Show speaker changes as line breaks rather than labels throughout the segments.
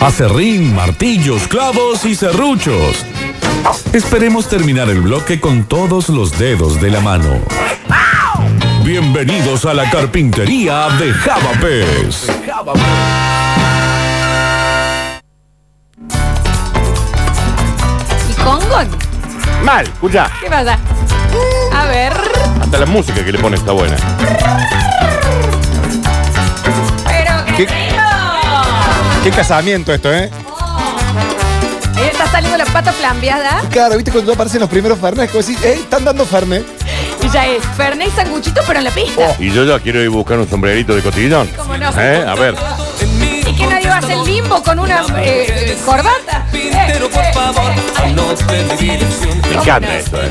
acerrín, martillos, clavos y serruchos. Esperemos terminar el bloque con todos los dedos de la mano. Bienvenidos a la carpintería de Javapés.
¿Y Congo?
Mal, escucha.
¿Qué pasa? A ver.
Hasta la música que le ponen está buena.
¡Pero qué,
¿Qué?
lindo!
Qué casamiento esto, ¿eh?
Ahí está saliendo la pata flambeada
Claro, ¿viste cuando aparecen los primeros Fernet? Como decís, eh, están dando Fernet.
y ya es Fernet y sanguchito, pero en la pista.
Y yo ya quiero ir a buscar un sombrerito de cotillón.
Cómo no.
¿Eh? A ver.
Y que nadie va a hacer limbo con una eh, eh, corbata. Eh,
Carpintero, por favor, anote mi dirección.
Me encanta esto, ¿eh?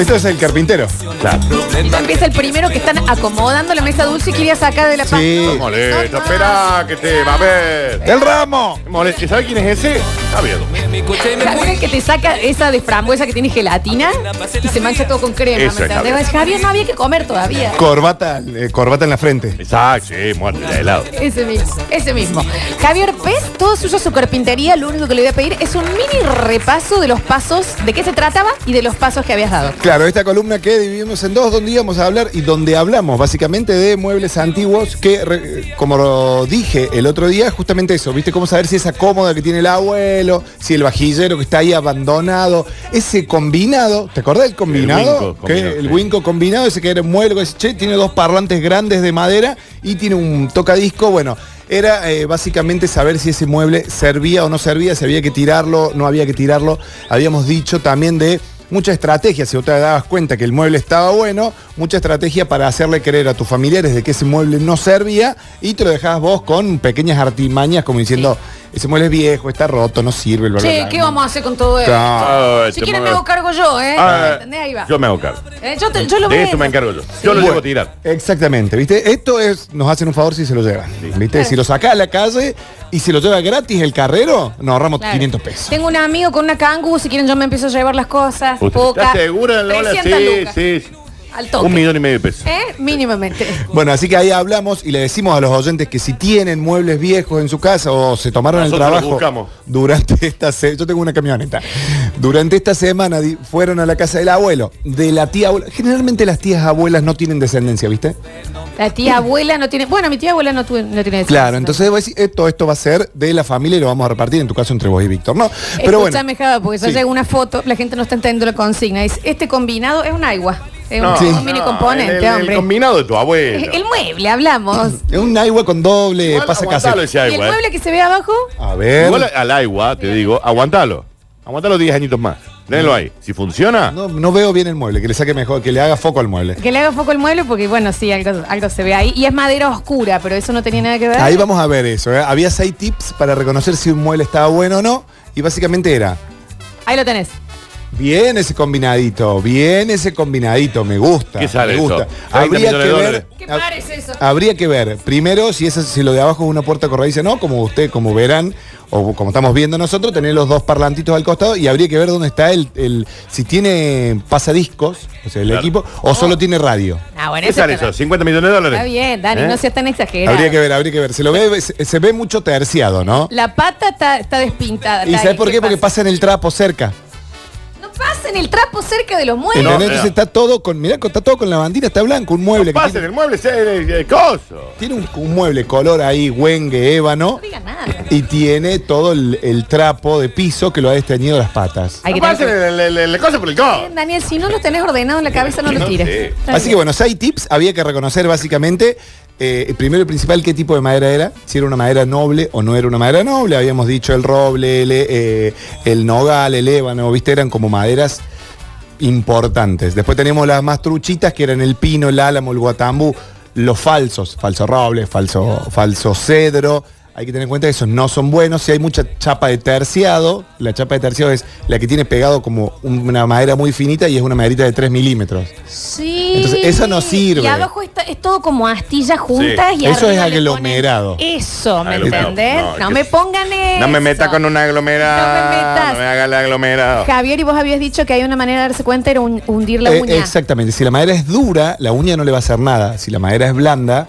Esto es el carpintero.
Claro.
Y ya empieza el primero que están acomodando la mesa dulce y quería sacar de la pasta.
Sí.
No molesta, espera que te va a ver.
¡El ramo!
No molesta. ¿Y ¿Sabe quién es ese? Javier.
Mi coche me
¿Sabes
fui.
que te saca esa de frambuesa que tiene gelatina y se mancha todo con crema?
Esa es
¿me entendés? Javier, no había que comer todavía.
Corbata, eh, corbata en la frente.
Exacto, sí, muerte de helado.
Ese mismo, ese mismo. Javier Pez, todo suyo su carpintería, lo único que le voy a pedir es un mini repaso de los pasos, de qué se trataba y de los pasos que habías dado.
Claro, esta columna que dividimos en dos, donde íbamos a hablar y donde hablamos básicamente de muebles antiguos que, re- como lo dije el otro día, justamente eso, ¿viste? Cómo saber si esa cómoda que tiene el abuelo, si el vajillero que está ahí abandonado, ese combinado, ¿te acordás del combinado?
winco
Que
combinado,
el
sí.
winco combinado, ese que era un mueble, que decís, che, tiene dos parlantes grandes de madera y tiene un tocadisco, bueno. Era eh, básicamente saber si ese mueble servía o no servía, si había que tirarlo, no había que tirarlo. Habíamos dicho también de mucha estrategia, si vos te dabas cuenta que el mueble estaba bueno, mucha estrategia para hacerle creer a tus familiares de que ese mueble no servía y te lo dejabas vos con pequeñas artimañas como diciendo, ese mueble es viejo, está roto, no sirve, bla, bla,
Che,
bla".
¿qué vamos a hacer con todo esto?
Claro.
Ah,
Si
te
quieren me
mueve.
hago cargo yo, ¿eh?
Ah,
¿Entendés? Ahí va.
Yo me hago cargo.
Eh, yo, te- yo lo
De
veo.
esto me encargo yo. Yo lo
Sí.
llevo a tirar.
Exactamente, ¿viste? Esto es, nos hacen un favor si se lo llevan, ¿viste? Si lo saca a la calle y se lo lleva gratis el carrero, nos ahorramos
Claro.
500 pesos.
Tengo un amigo con una cangu, si quieren yo me empiezo a llevar las cosas.
¿Usted
Poca.
está segura, Lola?
300
Sí,
lucas.
sí. sí.
Al toque.
Un millón y medio de pesos.
¿Eh? Mínimamente.
Bueno, así que ahí hablamos y le decimos a los oyentes que si tienen muebles viejos en su casa o se tomaron
Nosotros
el
los
trabajo
buscamos.
durante esta semana, yo tengo una camioneta, durante esta semana di- fueron a la casa del abuelo, de la tía abuela. Generalmente las tías abuelas no tienen descendencia, ¿viste?
La tía abuela no tiene. Bueno, mi tía abuela no, tuve- no tiene.
Claro, entonces vos decís, esto, esto va a ser de la familia y lo vamos a repartir, en tu caso, entre vos y Víctor, ¿no? Pero bueno.
Escúchame, Java, porque yo
Sí.
llega una foto, la gente no está entendiendo la consigna. Dice, este combinado es un agua. Es un,
No,
Sí.
un mini
no,
componente,
el, el
este hombre.
combinado de tu abuelo.
el mueble, hablamos.
Es un agua con doble
Igual
pasa
aguantalo
casero.
ese
¿Y el
agua, eh.
mueble que se ve abajo?
A ver.
Igual al agua, te digo, aguantalo. Aguantalo 10 añitos más. Déjenlo ahí. Si funciona,
No, no veo bien el mueble, que le saque mejor, que le haga foco al mueble.
Que le haga foco el mueble porque, bueno, sí, algo, algo se ve ahí. Y es madera oscura, pero eso no tenía nada que ver.
Ahí vamos a ver eso. ¿eh? Había seis tips para reconocer si un mueble estaba bueno o no. Y básicamente era,
Ahí lo tenés.
bien ese combinadito, bien ese combinadito, me gusta.
¿Qué sale
me
esto?
gusta.
30
Habría que
millones de
ver. Ah,
dólares.
¿Qué
hab-
parece eso?
Habría que ver, primero, si, esa- si lo de abajo es una puerta corrediza, no, como usted, como verán, o como estamos viendo nosotros, tener los dos parlantitos al costado y habría que ver dónde está el, el- si tiene pasadiscos, o sea, el
Claro.
equipo, o solo tiene radio.
Ah, bueno,
¿qué
eso
sale
está,
eso? 50 millones de dólares.
está bien, Dani,
¿Eh?
no seas tan exagerado.
Habría que ver, habría que ver. Se lo ve, se, se ve mucho terciado, ¿no?
La pata está, está despintada.
¿Y
está
sabes
ahí,
por qué? Porque
pasa?
pasa en el trapo cerca.
No pasen el trapo cerca de los muebles.
¿Entendés?
no.
Entonces está todo con, mirá, está todo con la bandera, está blanco, un mueble. que
Pasen
tiene,
el mueble, sea el, el- el coso.
tiene un, un mueble color ahí, huengue, ébano,
No digan nada.
y tiene todo el, el trapo de piso que lo ha desteñido las patas.
Hay que
No pasen
tener...
el, el- el- el coso por el coso.
Bien, Daniel, si no lo tenés ordenado en la cabeza, no lo
No
tires.
sé.
Está
Así que
bien.
bueno, seis tips, había que reconocer básicamente, eh, primero y principal, qué tipo de madera era, si era una madera noble o no era una madera noble, habíamos dicho el roble, el, eh, el nogal, el ébano, viste, eran como maderas importantes. Después tenemos las más truchitas, que eran el pino, el álamo, el guatambú, los falsos, falso roble, falso, falso cedro. Hay que tener en cuenta que esos no son buenos. Si hay mucha chapa de terciado, la chapa de terciado es la que tiene pegado como un- una madera muy finita y es una maderita de 3 milímetros.
Sí.
Entonces, eso no sirve.
Y abajo está, es todo como astillas juntas y
Eso es
arriba le ponen
aglomerado.
Eso, ¿me
Aglomerado.
entendés? No,
No, que-
me pongan eso.
No me meta con una aglomerada.
No me metas.
No me haga la aglomerada.
Javier, y vos habías dicho que hay una manera de darse cuenta era un- hundir la
Eh,
uña.
exactamente. Si la madera es dura, la uña no le va a hacer nada. Si la madera es blanda,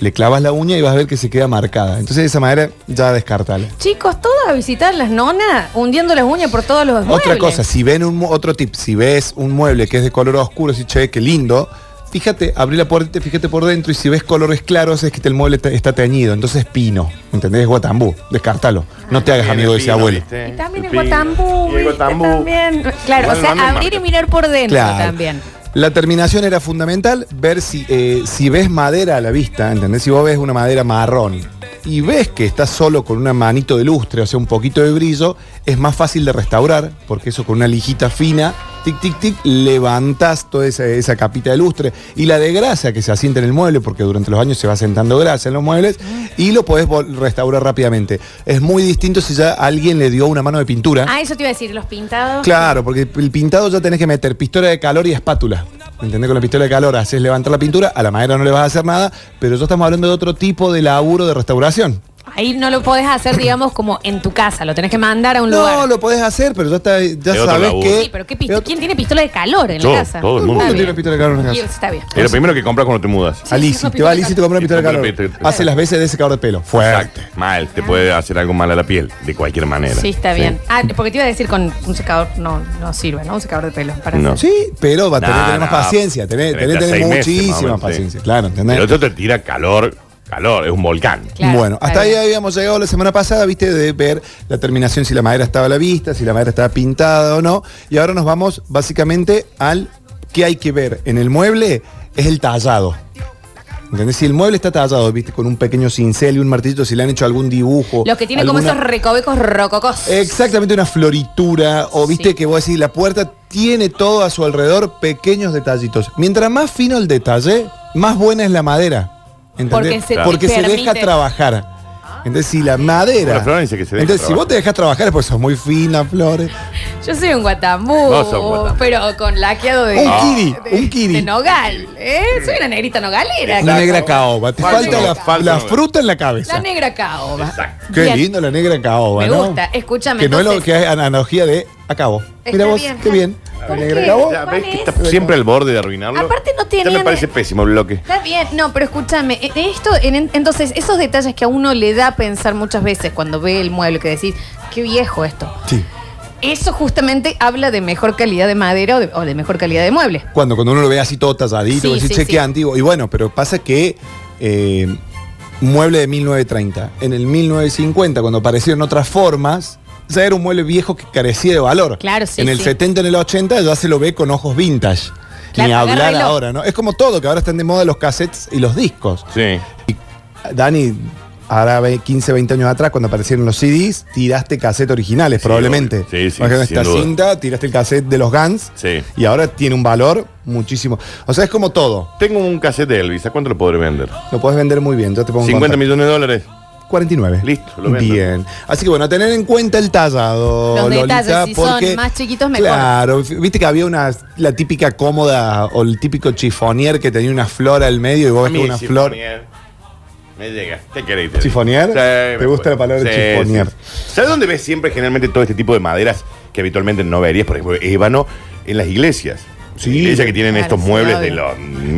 le clavas la uña y vas a ver que se queda marcada. Entonces de esa manera ya descartala.
Chicos, todos a visitar las nonas, hundiendo las uñas por todos los
Otra
muebles.
cosa, si ven un mu- otro tip, si ves un mueble que es de color oscuro, si che, qué lindo, fíjate, abrí la puerta, fíjate por dentro y si ves colores claros es que el mueble te- está teñido, entonces pino, ¿entendés? Guatambú, descártalo, no te hagas amigo de ese
Ah, Pino,
abuelo.
¿viste?
Y también el
Pino.
guatambú.
Y el
¿viste?
guatambú.
También. Claro,
Bueno,
o sea,
manda en
abrir y
marca.
mirar por dentro
Claro.
también.
La terminación era fundamental, ver si, eh, si ves madera a la vista, ¿entendés? Si vos ves una madera marrón y ves que está solo con una manito de lustre, o sea, un poquito de brillo, es más fácil de restaurar, porque eso con una lijita fina, tic, tic, tic, levantás toda esa, esa capita de lustre y la de grasa que se asienta en el mueble, porque durante los años se va sentando grasa en los muebles, y lo podés vol- restaurar rápidamente. Es muy distinto si ya alguien le dio una mano de pintura.
Ah, eso te iba a decir, los pintados.
Claro, porque el pintado ya tenés que meter pistola de calor y espátula. ¿Entendés? Con la pistola de calor haces levantar la pintura, a la madera no le vas a hacer nada, pero ya estamos hablando de otro tipo de laburo de restauración.
Ahí no lo podés hacer, digamos, como en tu casa, lo tenés que mandar a un
No,
lugar.
lo podés hacer, pero ya, está, ya
Es otro
sabes
laburo.
que...
Sí, pero ¿qué
es
pistola?
otro-
¿quién tiene pistola de calor en
Yo,
la casa?
todo el mundo.
Está
¿Cómo tiene
bien.
pistola de calor en la
Y
casa?
Está bien.
Es lo primero que compras cuando te mudas.
Sí,
A
sí,
Lizzy,
una
te va a
pistola de
Lizzy y te compra una
Y te
pistola de
compra
calor.
pistola de
Hace
calor.
las veces de secador de pelo. Fuerte.
Exacto. Mal, te puede hacer algo mal a la piel, de cualquier manera.
Ah. Sí, está bien. Ah, porque te iba a decir con un secador no, no sirve, ¿no? Un secador de pelo. Para
No.
Sí, pero va a tener Ah, que
No,
tener más
no.
paciencia, tener,
Tenés
tener,
hasta
tener
seis meses,
muchísima
más o menos, sí.
paciencia. Claro, ¿entendés?
El otro te tira calor, calor, es un volcán.
Claro,
bueno,
está
hasta ahí
bien.
habíamos llegado la semana pasada, viste, de ver la terminación, si la madera estaba a la vista, si la madera estaba pintada o no. Y ahora nos vamos básicamente al que hay que ver en el mueble, es el tallado. ¿Entendés? Si el mueble está tallado, viste, con un pequeño cincel y un martillito, si le han hecho algún dibujo.
Los que tienen como
alguna-
esos recovecos rococos.
Exactamente una floritura, o viste
Sí.
que vos decís, la puerta tiene todo a su alrededor, pequeños detallitos. Mientras más fino el detalle, más buena es la madera. ¿entendés?
Porque se te
Porque se
permite.
deja trabajar. Entonces, si la madera.
Bueno, Florencia, que se deja
entonces, si
trabajar.
vos te dejas trabajar, es porque sos muy fina, Flores.
Yo soy un guatambú,
Vos sos un guatambú.
pero con laqueado de...
Un kiri,
Ah. de-
un kiri.
De nogal, ¿eh? Soy una negrita nogalera.
Una
cabrón.
negra caoba. Te
Falta
falta
no,
la,
falta
la
no.
fruta en la cabeza.
La negra caoba.
Exacto.
Qué
Bien.
lindo la negra caoba,
Me
¿no?
gusta, escúchame,
Que no es lo
entonces-
que es analogía de acabo.
Está
Mira vos,
bien,
qué
Javi.
bien. La
¿Por
negra
qué?
caoba.
Ya, ves que está
¿Cuál es?
siempre al borde de arruinarlo.
Aparte no
Ya
tenían-
me parece pésimo el bloque.
Está bien, no, pero escúchame, e- esto, en- en- entonces, esos detalles que a uno le da a pensar muchas veces cuando ve el mueble que decís, qué viejo esto.
Sí.
Eso justamente habla de mejor calidad de madera o de, o de mejor calidad de mueble.
Cuando, cuando uno lo ve así todo talladito,
Sí,
vos decís,
sí,
che,
sí.
qué antiguo. Y bueno, pero pasa que eh, mueble de 1930. En el 1950, cuando aparecieron otras formas, ya era un mueble viejo que carecía de valor.
Claro, sí,
En el
sí.
70, en el 80, ya se lo ve con ojos vintage.
Claro,
Ni hablar
agárralo.
ahora, ¿no? Es como todo, que ahora están de moda los cassettes y los discos.
Sí.
Dani, ahora ve- 15, 20 años atrás, cuando aparecieron los CDs, tiraste cassette originales,
Sí,
probablemente.
obvio. Sí, sí,
Imagínate
sin
esta
duda.
cinta, tiraste el cassette de los Guns
Sí.
y ahora tiene un valor muchísimo. O sea, es como todo.
Tengo un cassette de Elvis, ¿a cuánto lo podré vender?
Lo puedes vender muy bien. Yo te pongo en
50
contacto.
millones de dólares.
49.
Listo, lo vendo.
Bien. Así que bueno, a tener en cuenta el tallado.
Los
Lolita,
detalles, si son
porque-
más chiquitos, mejor.
Claro, f- viste que había una la típica cómoda o el típico chifonier que tenía una flor al medio y vos ves que una flor.
Chifonier. Me llega. ¿Qué queréis? te digo?
¿Chifonier?
Sí,
¿Te
me acuerdo.
gusta la palabra chifonier?
¿Sabes dónde ves siempre generalmente todo este tipo de maderas que habitualmente no verías? Por ejemplo, ébano en las iglesias.
Sí.
Iglesias que tienen
Claro,
estos
sí,
muebles
obvio.
de los.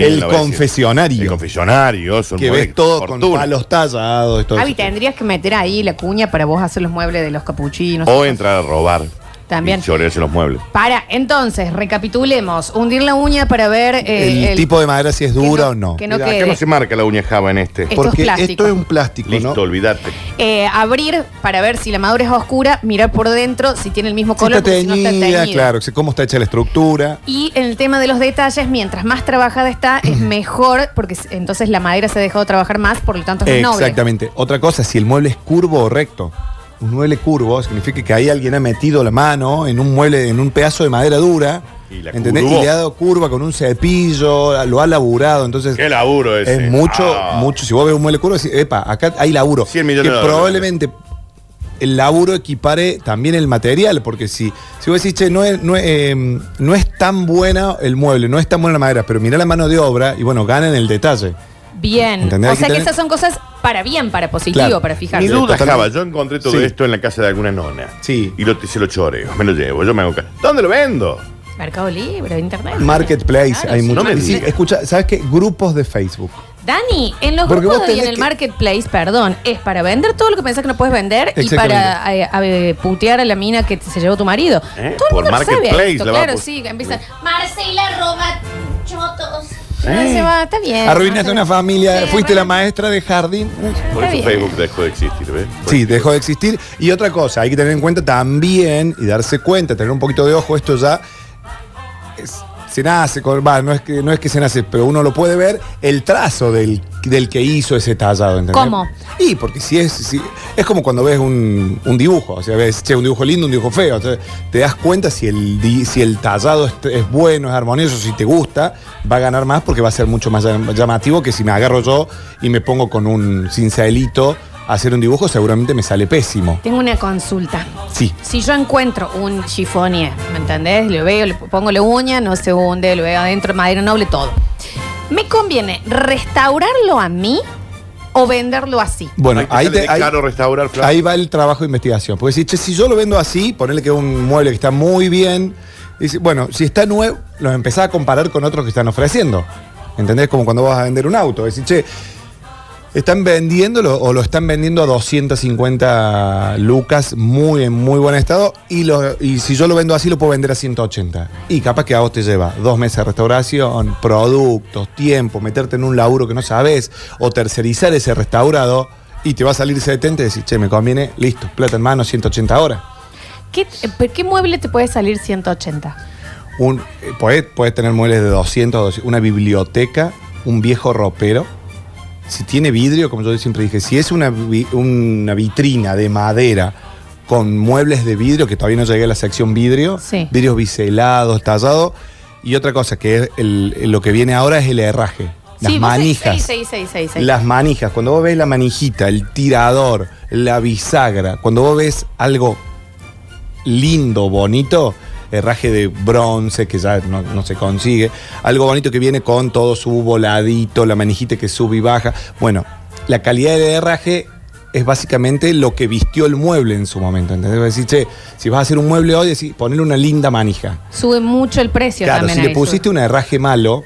El confesionario.
El confesionario. Son
Que
muebles
ves todo con
fortuna.
palos tallados. y todo
Javi,
eso.
tendrías que meter ahí la cuña para vos hacer los muebles de los capuchinos.
Oh.
O entrar a robar.
También.
Y chorearse los muebles.
Para, entonces, recapitulemos. Hundir la uña para ver eh,
el, tipo de madera si es
que
dura
no-
o no.
que no
Mira,
quede.
acá no se marca la uña java en este.
Esto es
Porque
plástico.
esto es un plástico,
Listo,
¿no?
olvidate.
Eh, abrir para ver si la madura es oscura, mirar por dentro si tiene el mismo
Si
color,
está
porque si no
teñida,
está teñida.
claro, si- cómo está hecha la estructura.
Y en el tema de los detalles, mientras más trabajada está, es mejor, porque s- entonces la madera se ha dejado trabajar más, por lo tanto es más noble.
Exactamente. Otra cosa, si el mueble es curvo o recto. Un mueble curvo significa que ahí alguien ha metido la mano en un mueble, en un pedazo de madera dura.
Y la
¿entendés? Y
curvó.
le ha dado curva con un cepillo, lo ha laburado. Entonces,
Qué laburo
es
ese.
mucho,
Ah.
mucho. Si vos ves un mueble curvo, decís, epa, acá hay laburo.
100 millones
que
de dólares.
probablemente el laburo equipare también el material, porque si, si vos decís, che, no es, no, es, eh, no es tan buena el mueble, no es tan buena la madera, pero mirá la mano de obra y bueno, gana en el detalle.
Bien.
¿Entendés?
O
Hay que
sea que
tener-
esas son cosas para bien, para positivo,
Claro.
para
Mi
fijarse.
Ni
duda,
Totalmente.
Java, yo encontré todo
Sí.
esto en la casa de alguna nona.
Sí.
Y lo, se lo choreo, me lo llevo, yo me hago ca- ¿Dónde lo vendo?
Mercado Libre, Internet.
Marketplace,
Claro,
hay
sí.
muchos.
No me
sí,
digas.
escucha, ¿sabes qué? Grupos de Facebook.
Dani, en los
Porque
grupos
vos
de hoy en
tenés
el
que-
marketplace, perdón, es para vender todo lo que pensás que no puedes vender y
Exactamente.
para eh, a- eh, putear a la mina que se llevó tu marido.
¿Eh?
Todo el
Por
mundo lo sabe
marketplace
esto,
la va a ¿Eh?
claro,
pu-
sí, que empiezan.
Marcela roba chotos.
"Ah, se va, está bien.
Arruinaste una familia,
ah, Sí,
fuiste la
arruinaste.
maestra de jardín.
Por
Está
eso
bien.
Facebook dejó de existir, ¿ves? Por
Sí,
eso.
dejó de existir. Y otra cosa, hay que tener en cuenta también y darse cuenta, tener un poquito de ojo, esto ya es- se nace, con, va, no, es que, no es que se nace, pero uno lo puede ver, el trazo del, del que hizo ese tallado, ¿entendés?
¿Cómo?
Y porque si es, si- es como cuando ves un, un dibujo, o sea, ves, che, un dibujo lindo, un dibujo feo, entonces te das cuenta si el, di- si el tallado es, es bueno, es armonioso, si te gusta, va a ganar más porque va a ser mucho más llam- llamativo que si me agarro yo y me pongo con un cincelito a hacer un dibujo, seguramente me sale pésimo.
Tengo una consulta.
Sí.
Si yo encuentro un chifonier, ¿me entendés? Lo veo, le pongo la uña, no se hunde, lo veo adentro, madera noble, todo. ¿Me conviene restaurarlo a mí o venderlo así?
Bueno,
Ahí te
ahí
sale
te...
de
ahí-
caro restaurar, Flor.
Ahí va el trabajo de investigación. Porque si, che, si yo lo vendo así, ponerle que es un mueble que está muy bien. y si- bueno, si está nuevo, los empezás a comparar con otros que están ofreciendo. ¿Entendés? Como cuando vas a vender un auto. Decir, che, están vendiéndolo o lo están vendiendo a 250 lucas, muy en muy buen estado. Y, lo, y si yo lo vendo así, lo puedo vender a 180. Y capaz que a vos te lleva dos meses de restauración, productos, tiempo, meterte en un laburo que no sabes, o tercerizar ese restaurado y te va a salir 70 y decir, che, me conviene, listo, plata en mano, 180 horas.
¿Qué, eh, ¿qué mueble te puede salir 180?
Un, eh, podés, podés tener muebles de 200, 200, una biblioteca, un viejo ropero. Si tiene vidrio, como yo siempre dije, si es una, vi- una vitrina de madera con muebles de vidrio, que todavía no llegué a la sección vidrio,
Sí.
vidrios biselados, tallados, y otra cosa que es el- el- lo que viene ahora es el herraje, las
Sí, vos seis-
manijas.
seis, seis, seis, seis, seis.
Las manijas, cuando vos ves la manijita, el tirador, la bisagra, cuando vos ves algo lindo, bonito, herraje de bronce que ya no, no se consigue, algo bonito que viene con todo su voladito, la manijita que sube y baja. Bueno, la calidad del herraje es básicamente lo que vistió el mueble en su momento. ¿entendés? Vas a decir, che, si vas a hacer un mueble hoy, decís, ponle una linda manija.
Sube mucho el precio
Claro,
también.
si le
ahí,
pusiste
sube.
un herraje malo,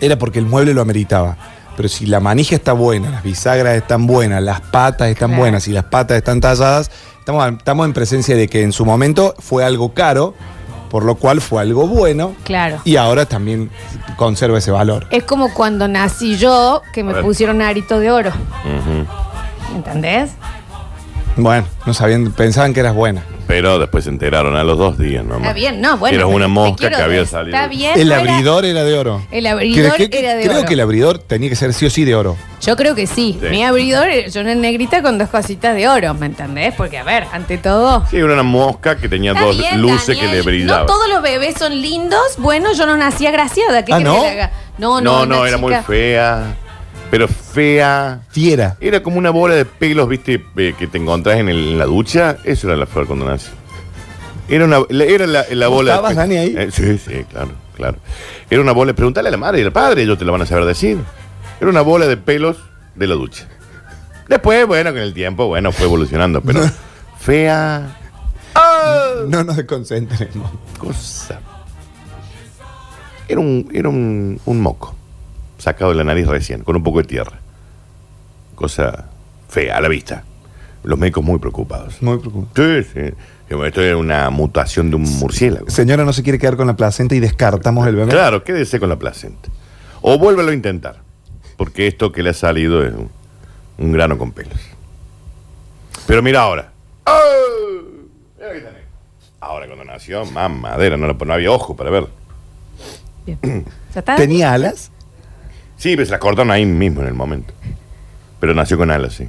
era porque el mueble lo ameritaba. Pero si la manija está buena, las bisagras están buenas, las patas están
Claro.
buenas, si las patas están talladas, estamos, estamos en presencia de que en su momento fue algo caro, por lo cual fue algo bueno.
Claro.
Y ahora también conserva ese valor.
Es como cuando nací yo, que
A
me
ver.
pusieron arito de oro. ¿Entendés?
Bueno, no sabían, pensaban que eras buena.
Pero después se enteraron a los dos días, ¿no?
Está bien, no, bueno.
Era
pero
una
te
mosca
quiero
que había
decir,
salido.
Está bien.
El
no era-
abridor era de oro.
El abridor
Creo que-
era de
creo
oro.
que el abridor tenía que ser sí o sí de oro.
Yo creo que sí.
Sí.
Mi abridor, eh, yo una negrita con dos cositas de oro, ¿me entendés? Porque, a ver, ante todo.
Sí, era una mosca que tenía
Está
dos
bien,
luces
Daniel.
que le brillaban.
No todos los bebés son lindos. Bueno, yo no nací agraciada. ¿Qué
Ah,
querés
¿no?
que le haga? No, no,
no,
una
no, era muy
chica-
fea. Pero fea.
Fiera.
Era como una bola de pelos, viste, eh, que te encontrás en, el- en la ducha. Eso era la flor cuando nace. Era, una, la, era la, la bola.
estabas,
pe-
Dani, ahí?
Eh, sí, sí, claro, claro. Era una bola. Preguntale a la madre y al padre, ellos te lo van a saber decir. Era una bola de pelos de la ducha. Después, bueno, con el tiempo, bueno, fue evolucionando, pero fea
No nos desconcentremos.
cosa. Era un, era un, un moco, sacado de la nariz recién, con un poco de tierra. Cosa fea a la vista. Los médicos muy preocupados.
Muy preocupado.
Sí, sí. Esto era una mutación de un murciélago.
Señora no se quiere quedar con la placenta y descartamos el bebé.
Claro, quédese con la placenta. O vuélvelo a intentar, porque esto que le ha salido es un, un grano con pelos. Pero mira ahora. ¡Ah! Mira qué tenés. Ahora cuando nació, mamadera, no, la- no había ojo para ver.
¿Ya está?
¿Tenía alas?
Sí, pues la cortaron ahí mismo en el momento. Pero nació con alas, sí.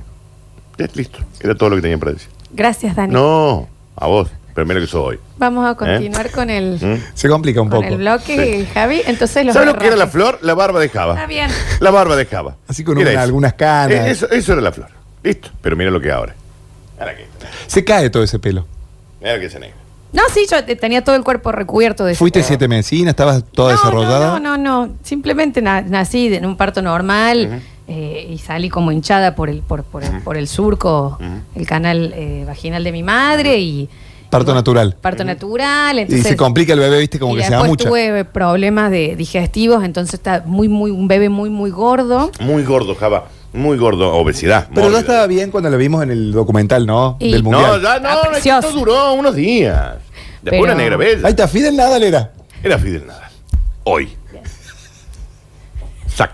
Ya, listo. Era todo lo que tenía para decir.
Gracias, Dani.
No, ¿Eh? a vos. Primero que soy hoy.
Vamos a continuar con el.
¿Mm?
Se complica un
Con
poco.
el bloque, Javi, entonces los
¿Sabes lo que era la
herrajes.
flor? La barba de Java.
Está bien.
La barba de Java.
Así con
Era
una-
eso.
algunas canas.
Eh, Eso, eso era la flor. Listo. Pero mira lo que ahora. Mira que,
Se cae todo ese pelo.
mira que se negra.
No, sí, yo te- tenía todo el cuerpo recubierto de
Fuiste siete medicina, estabas toda
no,
desarrollada.
No, no, no. Simplemente na- nací de- en un parto normal eh, y salí como hinchada por el, por, por el, por el surco, el canal eh, vaginal de mi madre y,
Parto natural.
Parto natural,
Y
entonces...
se complica el bebé, viste, como
y
que se da
después
mucho.
tuve problemas de digestivos, entonces está muy, muy, un bebé muy, muy gordo.
Muy gordo, Java. Muy gordo. Obesidad.
Pero ya
mórbida.
estaba bien cuando lo vimos en el documental, ¿no?
Y-
Del
No,
mundial.
ya no,
Ah,
es que esto
precioso.
duró unos días. Después
Pero-
una negra bella.
Ahí está, Fidel Nadal era.
Era Fidel Nadal. Hoy. Sac.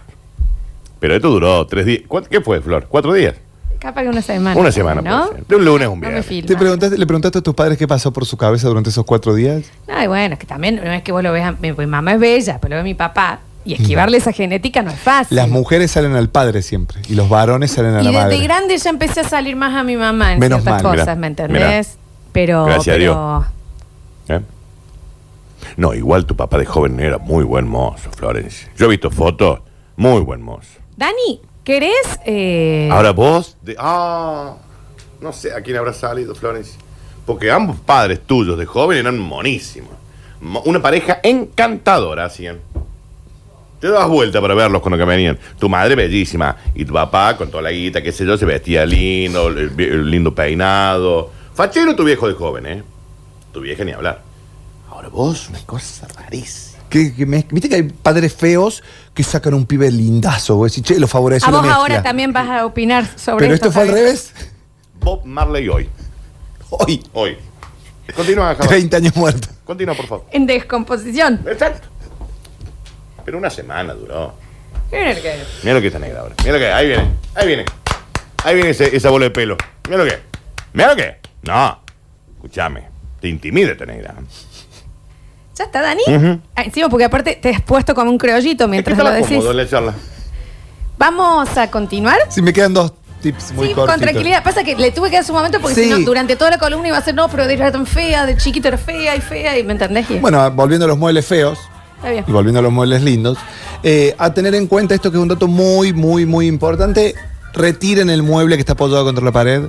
Pero esto duró tres días. ¿Cuánto- ¿Qué fue, Flor? ¿Cuatro días?
Capaz que una semana.
Una semana,
¿no?
puede ser. De un lunes a un
No me
viernes.
filma.
¿Te preguntaste, ¿Le preguntaste a tus padres qué pasó por su cabeza durante esos cuatro días?
Ay, bueno, es que también no es que vos lo veas, a- mi, mi mamá es bella, pero lo ve mi papá. Y esquivarle esa genética no es fácil.
Las mujeres salen al padre siempre y los varones salen a
y
la
desde
madre.
grande ya empecé a salir más a mi mamá en
Menos
ciertas
mal,
cosas,
mirá,
¿me
mirá.
entendés? Pero,
Gracias a
pero
¿Eh? No, igual tu papá de joven era muy buen mozo, Florencia. Yo he visto fotos. Muy buen mozo.
Dani, ¿querés? eh,
Ahora vos. de- ah, no sé a quién habrá salido, Florencia. Porque ambos padres tuyos de joven eran monísimos. Mo- Una pareja encantadora hacían. Te dabas vuelta para verlos cuando que venían. Tu madre bellísima y tu papá con toda la guita, qué sé yo, se vestía lindo, el vi- el lindo peinado. Fachero tu viejo de joven, ¿eh? Tu vieja ni hablar. Ahora vos, una cosa rarísima.
Que- que me- Viste que hay padres feos que sacan un pibe lindazo. Vos decís, che, lo favorece
a
la
vos
mezcla.
ahora también vas a opinar sobre
Pero esto fue al
Javier.
revés.
Bob Marley hoy.
Hoy,
Hoy. Continúa, Javier.
30 años muerto.
Continúa, por favor.
En descomposición.
Exacto. Pero una semana duró.
Miren el que-
Mira lo que está negra ahora. Mira lo que es. Ahí viene. Ahí viene. Ahí viene ese- esa bola de pelo. Mira lo que es. Mira lo que es. No. Escúchame. Te intimida esta negra.
Ya está, Dani. Ah, Encima, porque aparte te has puesto como un creollito
Es que
mientras lo
estaba
decís.
cómodo en la charla.
Vamos a continuar.
Si me quedan dos tips muy
sí,
cortitos.
con tranquilidad. Pasa que le tuve que dar su momento porque si
Sí.
no, durante toda la columna iba a ser, no, pero era tan fea, de chiquita era fea y fea, y me entendés. Y-
Bueno, volviendo a los muebles feos
está bien.
y volviendo a los muebles lindos, eh, a tener en cuenta esto que es un dato muy, muy, muy importante. Retiren el mueble que está apoyado contra la pared,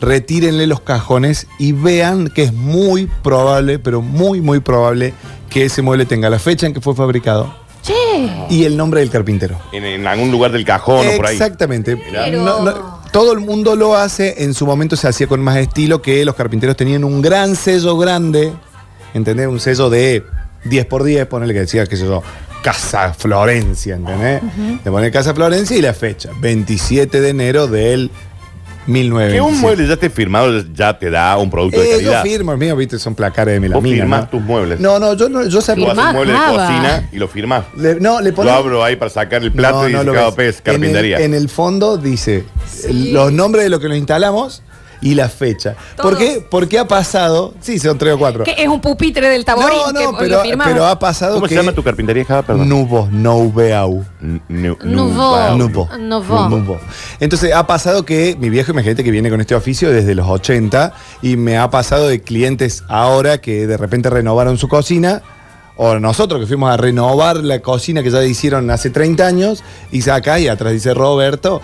retírenle los cajones y vean que es muy probable, pero muy, muy probable que ese mueble tenga la fecha en que fue fabricado
Che,
y el nombre del carpintero.
En, en algún lugar del cajón o por ahí.
Exactamente.
Mirá.
Pero-
No, no, todo el mundo lo hace, en su momento se hacía con más estilo que los carpinteros tenían un gran sello grande, ¿entendés? Un sello de 10 por 10, ponele que decía, qué sé yo, Casa Florencia, ¿entendés? Le ponen Casa Florencia y la fecha, 27 de enero del 1927.
Que un mueble ya esté firmado ya te da un producto de
Eh, yo
calidad.
firmo, el mío, viste, son placares de
Vos
melamina.
firmás
¿no?
tus muebles.
No, no, yo, no, yo sé-
Tú haces
Firmá,
un mueble de
Java.
cocina y lo firmás.
le- no, le
Lo
ponen-
abro ahí para sacar el plato
No,
y
no
dice
lo
cada
ves.
pez,
En el-
carpintería.
En el, fondo dice los nombres de lo que lo instalamos y la fecha.
Todos.
¿Por qué? Porque ha pasado. Sí, son tres o cuatro.
que es un pupitre del taborín
no,
que
no,
lo
pero,
firmamos.
pero ha pasado
¿Cómo
que.
se llama tu carpintería, Java? Perdón.
Nubo, no veau.
N- nu-
Nubo. Ah,
nubo.
Ah,
Nubo.
Nubo. Nubo. Entonces ha pasado que mi viejo, imagínate que viene con este oficio desde los 80 y me ha pasado de clientes ahora que de repente renovaron su cocina. O nosotros que fuimos a renovar la cocina que ya hicieron hace 30 años y acá y atrás dice Roberto,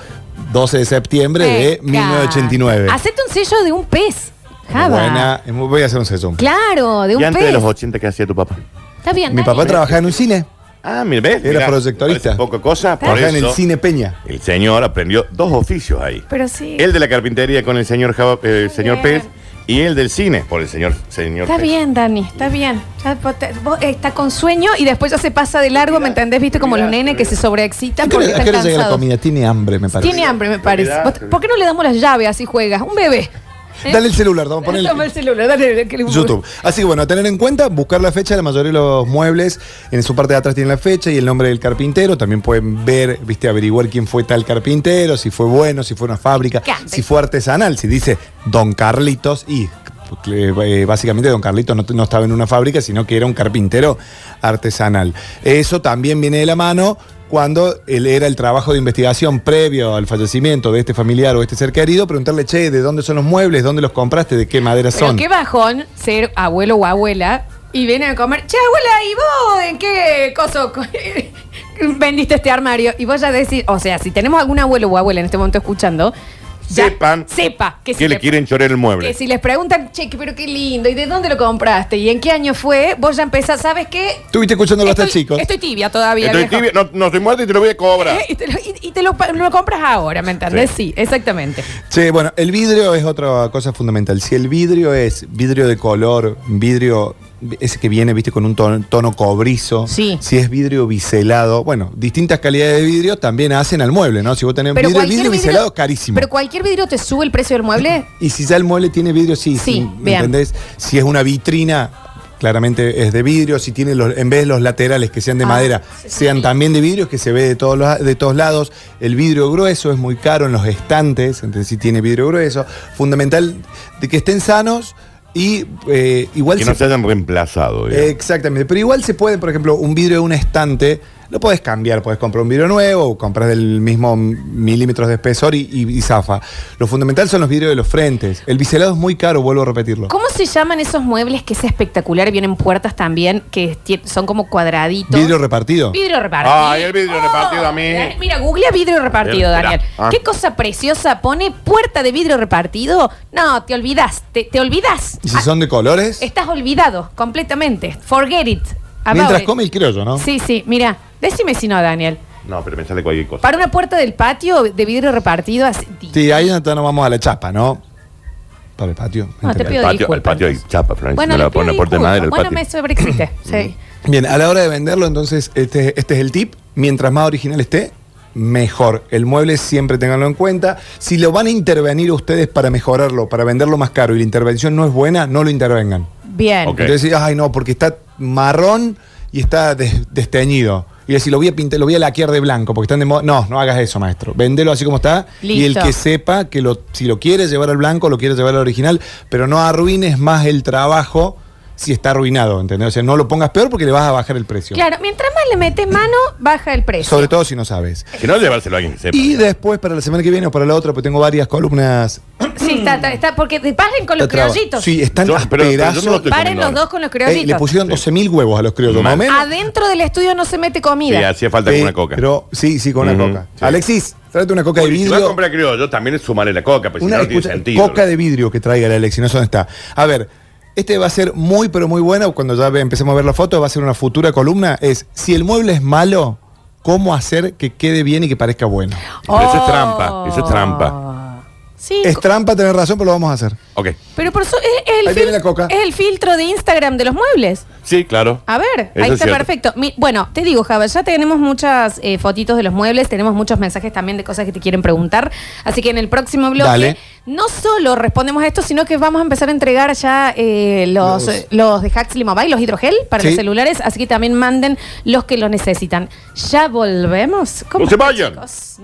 12 de septiembre de
Venga.
1989.
Hacete un sello de un pez, Java.
Muy buena, es muy- voy a hacer un sesión.
Claro, de un
Y antes
pez.
de los 80, ¿qué hacía tu papá?
Está bien,
Mi
Dani.
papá trabajaba en un cine,
Ah, mira, ¿ves?
Era
Mirá,
proyectorista.
parece Poca cosa, por
trabajaba en el
eso
cine Peña.
el señor aprendió dos oficios ahí.
Pero sí.
El de la carpintería con el señor, Java- eh, el señor
bien.
Pez y el del cine por el señor, señor
Está
Pez.
bien, Dani, está bien. Ya, vos te- vos, eh, Está con sueño y después ya se pasa de largo, ¿me entendés? Viste como los nenes que se
¿A
sobreexcitan
qué
porque
hora- a
están
qué hora llega la
cansados.
comida? Tiene hambre, me parece.
Tiene hambre, me parece.
Mirá,
¿Vos- ¿Por qué no le damos las llaves así juegas? Un bebé. ¿eh?
Dale el celular, vamos a poner
Toma el celular, dale. que le-
YouTube. Así que bueno, a tener en cuenta, buscar la fecha, la mayoría de los muebles, en su parte de atrás tienen la fecha y el nombre del carpintero, también pueden ver, viste, averiguar quién fue tal carpintero, si fue bueno, si fue una fábrica,
Cante.
si fue artesanal, si dice Don Carlitos y... eh, Básicamente Don Carlitos no, no estaba en una fábrica, sino que era un carpintero artesanal. Eso también viene de la mano cuando él era el trabajo de investigación previo al fallecimiento de este familiar o este ser querido, preguntarle, che, ¿de dónde son los muebles? ¿Dónde los compraste? ¿De qué madera
Pero
son?
qué bajón ser abuelo o abuela y vienen a comer. Che, abuela, ¿y vos en qué coso co- vendiste este armario? Y vos ya decís, o sea, si tenemos algún abuelo o abuela en este momento escuchando, ya
sepan
sepa que
que,
si
le
le-
quieren chorear el mueble.
Que si les preguntan, che, que- pero qué lindo, ¿y de dónde lo compraste? ¿Y en qué año fue? Vos ya empezás, ¿sabes qué?
Estuviste escuchando
estoy,
bastante, chicos.
estoy tibia todavía.
Estoy
viejo.
tibio, no, no estoy muerto y te lo voy a cobrar.
Eh, Y te, lo, y- y te lo pa- lo compras ahora, ¿me entendés? Sí, exactamente.
Sí, bueno, el vidrio es otra cosa fundamental. Si el vidrio es vidrio de color, vidrio ese que viene, viste, con un tono, tono cobrizo,
Sí.
si es vidrio biselado, bueno, distintas calidades de vidrio también hacen al mueble, ¿no? Si vos tenés vidrio,
cualquier
vidrio biselado, carísimo.
Pero cualquier vidrio te sube el precio del mueble.
Y si ya el mueble tiene vidrio, sí,
Sí,
sí, ¿me
bien.
entendés? Si es una vitrina, claramente es de vidrio. Si tiene los, en vez de los laterales que sean de
Ah,
madera,
sí, sí,
sean
sí.
también de vidrio, que se ve de todos, los- de todos lados. El vidrio grueso es muy caro en los estantes, entonces si tiene vidrio grueso. Fundamental de que estén sanos y eh, igual
Que
se-
no se hayan reemplazado.
Eh,
digamos.
Exactamente, pero igual se puede, por ejemplo, un vidrio de un estante, lo puedes cambiar, puedes comprar un vidrio nuevo, o comprar del mismo milímetros de espesor y, y- y zafa. Lo fundamental son los vidrios de los frentes. El biselado es muy caro, vuelvo a repetirlo.
¿Cómo se llaman esos muebles que es espectacular? Vienen puertas también, que ti- son como cuadraditos.
Vidrio repartido.
Vidrio repartido.
Ay, el vidrio repartido a mí.
Dani- Mira, googlea vidrio repartido,
Espera.
Daniel.
Ah.
Qué cosa preciosa. Pone puerta de vidrio repartido. No, te olvidas. Te, te olvidas. Ah,
Y si son de colores,
Estás olvidado completamente. Forget it. about
mientras
it.
come el criollo, ¿no?
ah, Sí, sí. Mira, decime si no, Daniel.
No, pero me sale cualquier cosa.
Para una puerta del patio de vidrio repartido así.
Sí, ahí ya nos vamos a la chapa, ¿no? Para el patio.
No, te pido
patio-
disculpas.
el patio hay
entonces.
chapa, Florencia,
Bueno,
no
le
la
pido
pone puerta de
disculpas.
madera, el
Bueno,
patio.
me sobreexiste. sí.
Bien, a la hora de venderlo, entonces, este, este es el tip. Mientras más original esté, mejor. El mueble siempre tenganlo en cuenta. Si lo van a intervenir ustedes para mejorarlo, para venderlo más caro y la intervención no es buena, no lo intervengan.
Bien.
Ok.
Entonces decís, ay no, porque está marrón y está des- desteñido. Y decís, lo voy a pintar, lo voy a laquear de blanco, porque están de moda. No, no hagas eso, maestro. Vendelo así como está. Y el
Listo.
que sepa que lo, si lo quiere llevar al blanco, lo quiere llevar al original, pero no arruines más el trabajo si está arruinado, ¿entendés? O sea, no lo pongas peor porque le vas a bajar el precio.
Claro, mientras más le metes mano, baja el precio.
Sobre todo si no sabes.
Que no llevárselo a alguien que sepa.
Y después, para la semana que viene o para la otra, pues tengo varias columnas.
Sí, está, está, está, porque te paren con los
Está traba-
criollitos.
Sí, están
Yo- pero- pero yo no lo
asperazos.
estoy
Paren los dos con los criollitos. Ah,
Eh, le pusieron
Sí.
12.000 huevos a los criollos, más o
Mal.
menos.
Adentro del estudio no se mete
Sí,
comida.
hacía falta
Sí,
con una coca.
Pero, sí, sí, con una
Ujú,
coca.
sí.
Alexis, tráete una coca de
Uy, Si vas a
vidrio.
comprar criollo, también es sumarle la coca, pues si
Una
no, no tiene
escucha,
sentido.
coca de vidrio que traiga la Alexis, no sé dónde está. A ver, este va a ser muy, pero muy bueno. Cuando ya ve- empecemos a ver la foto, va a ser una futura columna. Es si el mueble es malo, ¿cómo hacer que quede bien y que parezca bueno?
Pero eso es
Oh.
trampa, eso es trampa.
Sí,
Es trampa tener razón, pero lo vamos a hacer.
Ok.
pero por eso es, es el
Ahí viene
fil-
la coca.
es el filtro de Instagram de los muebles.
Sí, claro.
A ver,
Eso
ahí
es
está
cierto.
perfecto. Mi- bueno, te digo, Java, ya tenemos muchas eh, fotitos de los muebles, tenemos muchos mensajes también de cosas que te quieren preguntar. Así que en el próximo bloque,
Dale.
no solo respondemos a esto, sino que vamos a empezar a entregar ya eh, los,
Los-
eh, los de Huxley Mobile, los hidrogel para
Sí.
los celulares. Así que también manden los que los necesitan. Ya volvemos. ¿Cómo
No se
están,
vayan.
chicos?